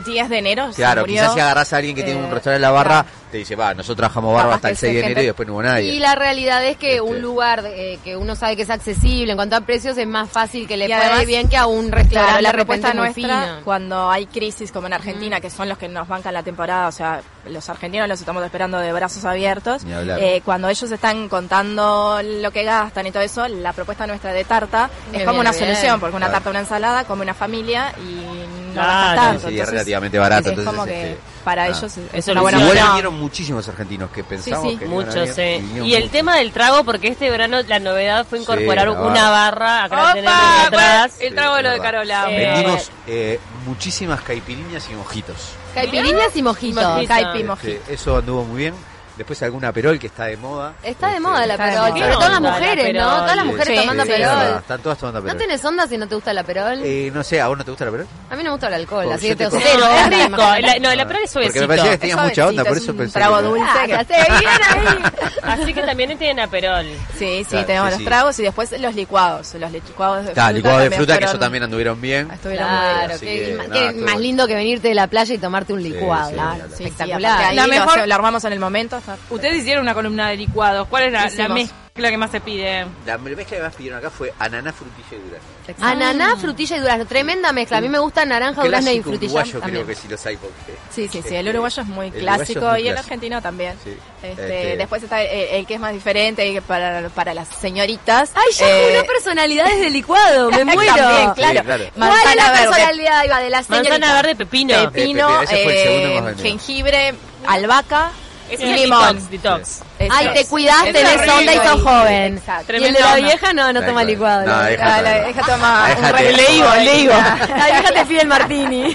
Speaker 5: 10 de enero se
Speaker 3: Claro,
Speaker 5: murió.
Speaker 3: quizás si agarras a alguien que tiene
Speaker 5: eh,
Speaker 3: un restaurante en la barra,
Speaker 5: claro.
Speaker 3: te dice, va, nosotros trabajamos barra
Speaker 5: Capaz
Speaker 3: hasta
Speaker 5: que
Speaker 3: el 6 de
Speaker 5: sea
Speaker 3: enero y
Speaker 5: gente-
Speaker 3: después no hubo nadie.
Speaker 1: Y la realidad es que
Speaker 3: Este.
Speaker 1: un lugar eh, que uno sabe que es accesible en cuanto a precios es más fácil que le
Speaker 5: Y
Speaker 1: pueda
Speaker 5: además-
Speaker 1: ir bien que a un
Speaker 5: Claro,
Speaker 1: restaurante
Speaker 5: la
Speaker 1: de repente
Speaker 5: propuesta
Speaker 1: muy
Speaker 5: nuestra,
Speaker 1: fino.
Speaker 5: cuando hay crisis como en Argentina, que son los que nos bancan la temporada, o sea, los argentinos los estamos esperando de brazos abiertos,
Speaker 3: Ni hablar.
Speaker 5: eh, cuando ellos están contando lo que gastan y todo eso, la propuesta nuestra de tarta
Speaker 1: Me
Speaker 5: es como
Speaker 1: viene
Speaker 5: una
Speaker 1: bien.
Speaker 5: solución, porque una
Speaker 3: Claro.
Speaker 5: tarta, una ensalada, come una familia y no
Speaker 2: Claro,
Speaker 3: Sí,
Speaker 5: gastan tanto.
Speaker 3: sí, es
Speaker 5: entonces,
Speaker 3: relativamente barato.
Speaker 5: es
Speaker 3: entonces,
Speaker 5: como que
Speaker 3: este,
Speaker 5: para
Speaker 3: nada.
Speaker 5: ellos es
Speaker 2: Eso
Speaker 5: una
Speaker 2: lo hicieron.
Speaker 5: buena
Speaker 3: Igual
Speaker 5: opción.
Speaker 3: vinieron muchísimos argentinos que pensamos
Speaker 5: sí.
Speaker 3: que iban a
Speaker 2: Muchos,
Speaker 3: venir,
Speaker 2: eh.
Speaker 3: vinieron
Speaker 2: Y el
Speaker 3: muchos.
Speaker 2: tema del trago, porque este verano la novedad fue
Speaker 3: Sí,
Speaker 2: incorporar
Speaker 3: la barra.
Speaker 2: una barra. Acá la tenemos
Speaker 4: Opa,
Speaker 2: atrás.
Speaker 3: eh,
Speaker 4: el trago de lo de
Speaker 3: Sí,
Speaker 4: Carola.
Speaker 2: Eh,
Speaker 3: Vendimos eh, muchísimas caipiriñas y mojitos.
Speaker 1: Caipiriñas y mojitos.
Speaker 4: Mojitos.
Speaker 5: Caipi,
Speaker 3: Este,
Speaker 5: mojito.
Speaker 3: eso anduvo muy bien. Después alguna perol que está de moda. Este,
Speaker 1: Está de moda la
Speaker 5: Está de
Speaker 1: perol,
Speaker 5: moda.
Speaker 1: sobre todo las
Speaker 2: Onda la
Speaker 1: mujeres, ¿no?
Speaker 2: perol.
Speaker 1: Todas las mujeres
Speaker 5: Sí,
Speaker 1: tomando
Speaker 5: sí,
Speaker 1: perol.
Speaker 3: Están todas tomando perol.
Speaker 1: ¿No tenés onda si no te gusta la perol?
Speaker 3: Eh, no sé, ¿a vos no te gusta la perol?
Speaker 1: A mí no me gusta el alcohol,
Speaker 3: Yo
Speaker 1: así que
Speaker 3: te
Speaker 1: te
Speaker 3: como-
Speaker 1: cero.
Speaker 2: es rico. La- no, el aprol
Speaker 3: Porque
Speaker 2: es suavecito.
Speaker 3: me parecía que tenías
Speaker 5: Es
Speaker 3: mucha onda, por
Speaker 5: suavecito,
Speaker 3: eso
Speaker 5: es un
Speaker 3: pensé.
Speaker 5: trago
Speaker 3: que-
Speaker 5: dulce.
Speaker 1: Ah, ya sé, bien ahí.
Speaker 2: Así que también tienen aperol.
Speaker 5: Sí, sí,
Speaker 3: Claro,
Speaker 5: tenemos
Speaker 3: sí,
Speaker 5: los
Speaker 3: sí.
Speaker 5: tragos y después los licuados. Los licuados de
Speaker 3: Está,
Speaker 5: fruta.
Speaker 3: licuado de
Speaker 5: también
Speaker 3: fruta, que
Speaker 5: fueron-
Speaker 3: eso también anduvieron bien.
Speaker 5: Estuvieron muy bien.
Speaker 1: Claro,
Speaker 3: Así
Speaker 1: qué,
Speaker 3: que,
Speaker 1: ma-
Speaker 3: nada,
Speaker 1: qué
Speaker 3: estuvo
Speaker 1: más
Speaker 3: bueno.
Speaker 1: lindo que venirte de la playa y tomarte un licuado.
Speaker 3: sí,
Speaker 1: claro,
Speaker 3: sí, sí,
Speaker 5: aparte
Speaker 1: espectacular. Ah,
Speaker 5: ahí
Speaker 4: La
Speaker 5: lo
Speaker 4: mejor-
Speaker 5: hace- lo armamos en el momento. está-
Speaker 4: Ustedes hicieron una columna de licuados. ¿Cuál es la, la
Speaker 5: Hicimos.
Speaker 4: mezcla que más se pide?
Speaker 3: La mezcla que más pidieron acá fue ananá, frutilla y durazno.
Speaker 1: Ananá, frutilla y durazno. Tremenda mezcla. A mí me gusta naranja, durazno y
Speaker 3: Clásico
Speaker 1: frutilla.
Speaker 3: uruguayo
Speaker 1: también.
Speaker 3: creo que sí los hay. porque-
Speaker 5: Sí, sí, sí.
Speaker 3: Este,
Speaker 5: El uruguayo es muy
Speaker 3: el uruguayo es
Speaker 5: clásico
Speaker 3: muy
Speaker 5: y el
Speaker 3: clásico.
Speaker 5: argentino también.
Speaker 3: Sí.
Speaker 5: Este,
Speaker 3: Este-
Speaker 5: Después está el, el que es más diferente y para, para las señoritas.
Speaker 1: Ay, ya
Speaker 5: Eh,
Speaker 1: juró personalidades de licuado. Me muero.
Speaker 5: También, claro.
Speaker 3: Sí, claro.
Speaker 1: ¿Cuál es la
Speaker 5: Manzana verde,
Speaker 1: personalidad Iba, de la señorita?
Speaker 2: Manzana verde pepino.
Speaker 5: pepino,
Speaker 3: Ese fue el segundo
Speaker 5: eh,
Speaker 3: más vendido.
Speaker 5: jengibre, albahaca
Speaker 2: Ese
Speaker 5: y
Speaker 2: es
Speaker 5: limón.
Speaker 2: detox, detox.
Speaker 1: Ay,
Speaker 5: Eso.
Speaker 1: te cuidaste,
Speaker 5: Eso es
Speaker 1: tenés onda y
Speaker 5: rico
Speaker 1: sos
Speaker 5: y-
Speaker 1: joven.
Speaker 5: Exacto.
Speaker 1: Y el de
Speaker 4: Tremenda
Speaker 1: la
Speaker 4: onda.
Speaker 1: vieja no, no
Speaker 3: Ahí
Speaker 1: toma
Speaker 3: está.
Speaker 1: licuado.
Speaker 3: No,
Speaker 1: la
Speaker 3: ahí-
Speaker 1: vieja.
Speaker 5: Ah, la vieja toma un
Speaker 3: Déjate.
Speaker 5: refresco.
Speaker 4: Le digo, le digo.
Speaker 1: La vieja te pide el martini.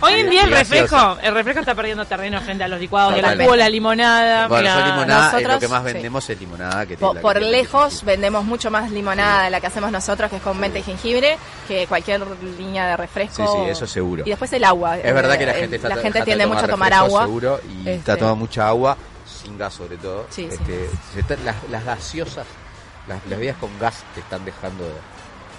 Speaker 4: Hoy en día el
Speaker 3: Gracioso.
Speaker 4: refresco, el refresco está perdiendo terreno frente a los licuados, de la
Speaker 3: Totalmente.
Speaker 4: cuba, la limonada.
Speaker 3: Bueno, son
Speaker 4: la-
Speaker 3: limonada, es lo
Speaker 5: nosotros-
Speaker 3: que más
Speaker 5: sí.
Speaker 3: vendemos es limonada. Que
Speaker 5: Po-
Speaker 3: la-
Speaker 5: por
Speaker 3: que-
Speaker 5: lejos vendemos mucho más limonada de la que hacemos nosotros, que es con menta y jengibre, que cualquier línea de refresco.
Speaker 3: Sí, sí, eso seguro.
Speaker 5: Y después el agua.
Speaker 3: Es verdad que la
Speaker 5: Eh,
Speaker 3: gente está
Speaker 5: La
Speaker 3: ta-
Speaker 5: gente
Speaker 3: está
Speaker 5: tiende mucho a tomar
Speaker 3: refresco
Speaker 5: agua.
Speaker 3: Seguro, y está
Speaker 5: Este.
Speaker 3: tomando mucha agua, sin gas sobre todo.
Speaker 5: Sí, sí.
Speaker 3: Este, se está- las, las gaseosas, las, las bebidas con gas te están dejando...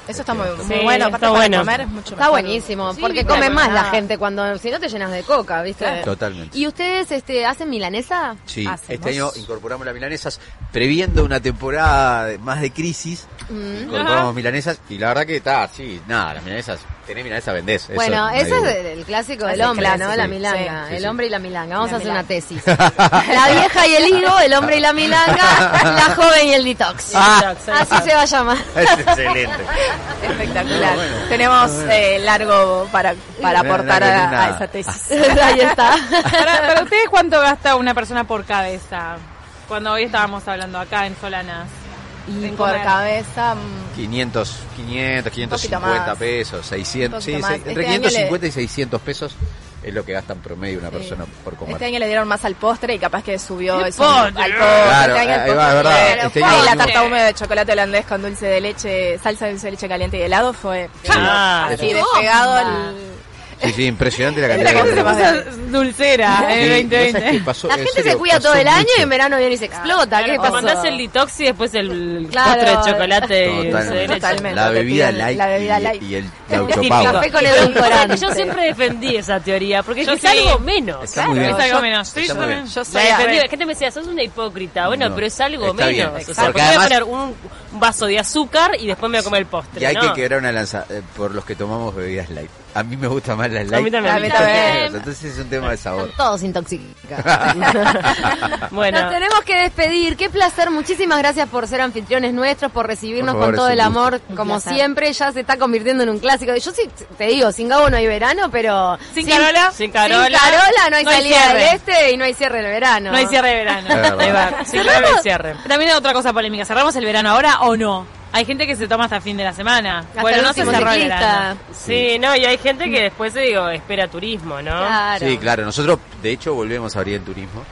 Speaker 5: Eso está muy, muy
Speaker 4: Sí,
Speaker 5: bueno.
Speaker 4: está
Speaker 5: Aparte para
Speaker 4: bueno.
Speaker 5: comer es mucho
Speaker 1: Está
Speaker 5: mejor.
Speaker 1: buenísimo,
Speaker 5: Sí,
Speaker 1: porque
Speaker 5: claro,
Speaker 1: come más la
Speaker 5: nada.
Speaker 1: gente cuando si no te llenas de coca, ¿viste?
Speaker 5: Claro.
Speaker 3: Totalmente.
Speaker 1: ¿Y ustedes este, hacen milanesa?
Speaker 3: Sí,
Speaker 5: Eh, Hacemos.
Speaker 3: este año incorporamos las milanesas, previendo una temporada de- más de crisis,
Speaker 1: Mm.
Speaker 3: incorporamos
Speaker 4: Ajá.
Speaker 3: milanesas y la verdad que está así, nada, las milanesas, tenés milanesas, vendés. eso
Speaker 1: bueno,
Speaker 3: nadie
Speaker 1: ese es
Speaker 3: duda.
Speaker 1: el, el clásico del
Speaker 5: Es el
Speaker 1: hombre, ¿no?
Speaker 5: clásico,
Speaker 1: La
Speaker 3: sí.
Speaker 1: milanga,
Speaker 3: Sí, sí,
Speaker 1: el
Speaker 3: sí.
Speaker 1: hombre y la milanga. Vamos
Speaker 5: La
Speaker 1: a hacer una
Speaker 5: milanga.
Speaker 1: tesis. La vieja y el higo, el hombre y la milanga, la joven y el detox.
Speaker 3: Ah.
Speaker 1: Así se va a llamar.
Speaker 3: Es excelente.
Speaker 5: Espectacular.
Speaker 3: Muy bueno.
Speaker 5: Tenemos eh, largo para, para
Speaker 3: Una-
Speaker 5: aportar
Speaker 3: una
Speaker 5: a-
Speaker 3: columna.
Speaker 5: a, esa tesis.
Speaker 1: Ahí está.
Speaker 4: Para, para ustedes, ¿cuánto gasta una persona por cabeza? Cuando hoy estábamos hablando acá en Solanas.
Speaker 5: Y
Speaker 4: En
Speaker 5: por
Speaker 4: comer.
Speaker 5: cabeza. mm,
Speaker 3: 500, 500,
Speaker 5: Un
Speaker 3: 550
Speaker 5: poquito más.
Speaker 3: pesos, 600,
Speaker 5: Un
Speaker 3: sí,
Speaker 5: poquito más.
Speaker 3: sí, entre
Speaker 5: Este año
Speaker 3: 550 y 600 pesos es lo que gasta en promedio una persona por comer.
Speaker 5: Este año le dieron más al postre y capaz que subió
Speaker 4: ¡El
Speaker 5: eso al postre.
Speaker 4: postre!
Speaker 3: Claro,
Speaker 5: Este año el
Speaker 3: ahí va,
Speaker 5: postre
Speaker 3: es verdad.
Speaker 5: fue-
Speaker 3: Este
Speaker 5: y
Speaker 3: año
Speaker 5: la
Speaker 3: hicimos-
Speaker 5: tarta húmeda de chocolate holandés con dulce de leche, salsa de dulce de leche caliente y helado fue
Speaker 4: Ah,
Speaker 5: así
Speaker 1: qué
Speaker 5: despegado
Speaker 1: bomba.
Speaker 3: Eh,
Speaker 5: el-
Speaker 3: Sí, sí, impresionante la
Speaker 4: La
Speaker 3: cantidad
Speaker 4: gente se
Speaker 5: más
Speaker 3: de
Speaker 4: puso dulcera en el 2020.
Speaker 1: La gente se cuida todo el año y en verano viene y se explota. ¿Qué
Speaker 2: Claro, te mandás
Speaker 1: pasó?
Speaker 2: el detox y después el
Speaker 1: Claro.
Speaker 2: postre de chocolate. y dulce de
Speaker 3: Totalmente.
Speaker 2: leche.
Speaker 5: Totalmente.
Speaker 3: La
Speaker 5: Te
Speaker 3: bebida
Speaker 5: piden
Speaker 3: light,
Speaker 5: la bebida
Speaker 3: y,
Speaker 5: light.
Speaker 3: y el
Speaker 4: Típico.
Speaker 3: gauchopau.
Speaker 1: Café con
Speaker 2: Pero lo que pasa es que
Speaker 1: edulcorante.
Speaker 2: Yo siempre defendí esa teoría, porque
Speaker 4: Yo
Speaker 2: es
Speaker 4: sí.
Speaker 2: algo menos.
Speaker 3: Está muy bien.
Speaker 5: Claro,
Speaker 4: Es algo
Speaker 5: yo-
Speaker 4: menos. Sí,
Speaker 3: está
Speaker 4: yo
Speaker 3: muy bien.
Speaker 4: también.
Speaker 5: Yo
Speaker 2: La
Speaker 5: soy
Speaker 2: defendí.
Speaker 5: a-
Speaker 2: La gente me decía, sos una hipócrita. Bueno,
Speaker 3: No,
Speaker 2: pero es algo
Speaker 3: está bien.
Speaker 2: menos. O
Speaker 3: Porque
Speaker 2: sea, porque voy a
Speaker 3: además-
Speaker 2: poner un un vaso de azúcar y después me voy a comer el postre.
Speaker 3: Y hay que
Speaker 2: ¿no?
Speaker 3: quebrar una lanza eh, por los que tomamos bebidas light. A mí me gusta más las light.
Speaker 2: mí también.
Speaker 5: A mí también.
Speaker 3: Entonces es un tema de sabor.
Speaker 1: Están todos intoxicados.
Speaker 2: Bueno.
Speaker 1: Nos tenemos que despedir. Qué placer. Muchísimas gracias por ser anfitriones nuestros, por recibirnos
Speaker 3: Por favor,
Speaker 1: con todo
Speaker 3: es
Speaker 1: el
Speaker 3: un gusto.
Speaker 1: amor.
Speaker 5: Un
Speaker 1: Como
Speaker 5: placer.
Speaker 1: siempre, ya se está convirtiendo en un clásico. Yo sí te digo, sin Gabo no hay verano, pero.
Speaker 4: Sin Carola. Sin
Speaker 1: Carola, sin Carola no hay
Speaker 4: No hay
Speaker 1: salida
Speaker 4: cierre.
Speaker 1: del este y no hay cierre del verano.
Speaker 4: No hay cierre de verano.
Speaker 3: Es verdad.
Speaker 4: Ahí va. Sí, claro, el cierre. También hay otra cosa polémica. ¿Cerramos el verano ahora o no? Hay gente que se toma hasta fin de la semana.
Speaker 1: Hasta
Speaker 4: bueno,
Speaker 1: el
Speaker 4: no se
Speaker 1: último
Speaker 4: cerró el
Speaker 1: ciclista.
Speaker 4: verano.
Speaker 2: Sí, no, y hay gente que después, eh, digo, espera turismo, ¿no?
Speaker 1: Claro.
Speaker 3: Sí, claro. Nosotros, de hecho, volvemos a abrir en turismo.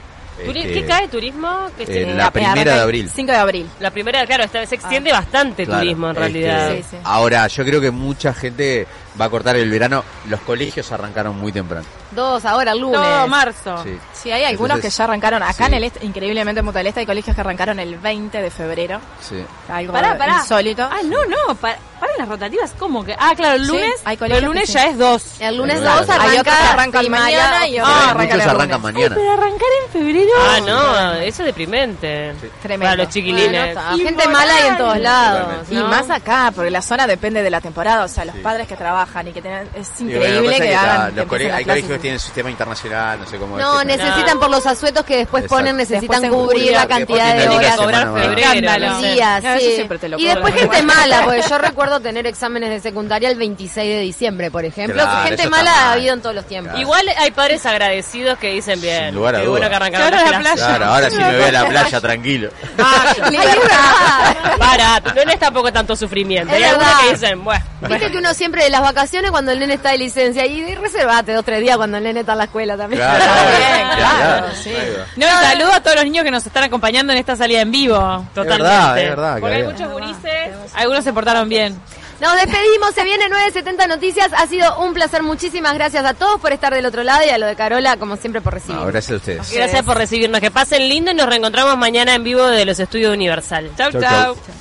Speaker 2: Turi-
Speaker 3: Este,
Speaker 2: ¿Qué cae turismo? Que
Speaker 5: Este,
Speaker 2: se-
Speaker 3: eh, la primera de abril.
Speaker 5: 5 de abril.
Speaker 2: La primera, claro, esta vez se extiende bastante
Speaker 3: Claro,
Speaker 2: turismo en
Speaker 3: este,
Speaker 2: realidad.
Speaker 5: Sí, sí.
Speaker 3: Ahora, yo creo que mucha gente va a cortar el verano. Los colegios arrancaron muy temprano.
Speaker 1: Dos ahora, el lunes.
Speaker 4: Todo marzo.
Speaker 3: Sí.
Speaker 5: Sí, hay algunos
Speaker 3: Entonces,
Speaker 5: que ya arrancaron acá
Speaker 3: sí.
Speaker 5: en el este, increíblemente en Punta del Este hay colegios que arrancaron el 20 de febrero,
Speaker 3: Sí.
Speaker 5: algo
Speaker 4: Pará, pará.
Speaker 5: insólito.
Speaker 4: Ah, no, no. pa- Para las rotativas, ¿cómo que? Ah, claro, el
Speaker 5: Sí,
Speaker 4: lunes.
Speaker 5: hay
Speaker 4: pero
Speaker 5: colegios
Speaker 4: el lunes
Speaker 5: que sí.
Speaker 4: ya es dos.
Speaker 1: El lunes
Speaker 3: Claro.
Speaker 1: 2
Speaker 5: Hay otros que
Speaker 1: arranca
Speaker 5: arrancan
Speaker 1: primaria,
Speaker 5: mañana y
Speaker 1: o-
Speaker 3: Pero
Speaker 5: otros
Speaker 3: hay
Speaker 5: arrancan
Speaker 3: muchos
Speaker 5: el
Speaker 3: arrancan
Speaker 5: lunes.
Speaker 3: mañana.
Speaker 4: arrancar en febrero.
Speaker 2: Ah, no, eso es deprimente.
Speaker 5: Tremendo.
Speaker 2: Para los
Speaker 1: Bueno,
Speaker 2: chiquilines.
Speaker 1: está. gente mala y en todos lados.
Speaker 3: Totalmente.
Speaker 5: Y
Speaker 1: ¿no?
Speaker 5: más acá, porque la zona depende de la temporada, o sea, los
Speaker 3: Sí.
Speaker 5: padres que trabajan y que tienen... Es
Speaker 3: Y bueno, lo
Speaker 5: increíble
Speaker 3: pasa es
Speaker 5: que,
Speaker 3: que está-
Speaker 5: hagan... que
Speaker 3: los cole-
Speaker 5: empiecen
Speaker 3: hay
Speaker 5: las
Speaker 3: colegios que
Speaker 5: clases.
Speaker 3: tienen sistema internacional, no sé cómo
Speaker 1: No,
Speaker 3: es que-
Speaker 1: necesitan por los asuetos que después
Speaker 3: Exacto.
Speaker 1: ponen, necesitan
Speaker 5: Después en
Speaker 1: cubrir la
Speaker 5: julio,
Speaker 1: cantidad
Speaker 3: después
Speaker 1: de
Speaker 3: tienen que
Speaker 1: horas.
Speaker 3: cobrar
Speaker 1: Semana,
Speaker 2: febrero,
Speaker 1: Los
Speaker 4: no
Speaker 2: sé.
Speaker 1: días,
Speaker 5: Claro, eso
Speaker 1: sí.
Speaker 5: siempre te lo
Speaker 1: y
Speaker 5: cobran.
Speaker 1: después gente mala, porque yo recuerdo tener exámenes de secundaria el 26 de diciembre, por ejemplo.
Speaker 3: Claro, eso
Speaker 1: gente
Speaker 3: está
Speaker 1: mala ha
Speaker 3: mal.
Speaker 1: habido en todos los tiempos.
Speaker 3: Claro.
Speaker 2: Igual hay padres agradecidos que dicen bien.
Speaker 3: Sin lugar a
Speaker 2: qué
Speaker 3: duda.
Speaker 2: bueno que arrancaron
Speaker 4: Claro,
Speaker 2: las
Speaker 4: la
Speaker 2: clases.
Speaker 3: Claro, ahora sí me voy a la playa tranquilo.
Speaker 1: Ay, es verdad.
Speaker 3: Ah.
Speaker 2: Para, no les tampoco tanto sufrimiento.
Speaker 1: Es
Speaker 2: hay algunos
Speaker 1: verdad.
Speaker 2: que dicen, bueno,
Speaker 1: Viste que uno siempre de las vacaciones cuando el nene está de licencia y reservate dos tres días cuando el nene está en la escuela también.
Speaker 3: Claro,
Speaker 5: bien,
Speaker 3: claro.
Speaker 5: claro, sí.
Speaker 3: Ahí va.
Speaker 4: No, y saludo a todos los niños que nos están acompañando en esta salida en vivo. Totalmente.
Speaker 3: verdad, es verdad que
Speaker 4: Porque hay
Speaker 3: había.
Speaker 4: muchos gurises, algunos se portaron bien.
Speaker 1: Nos despedimos, se viene 970 Noticias. Ha sido un placer, muchísimas gracias a todos por estar del otro lado y a lo de Carola, como siempre, por recibir.
Speaker 3: No, gracias a ustedes.
Speaker 2: Gracias por recibirnos. Que pasen lindo y nos reencontramos mañana en vivo de los estudios Universal.
Speaker 4: Chau,
Speaker 3: Chau,
Speaker 4: chau.
Speaker 3: chau.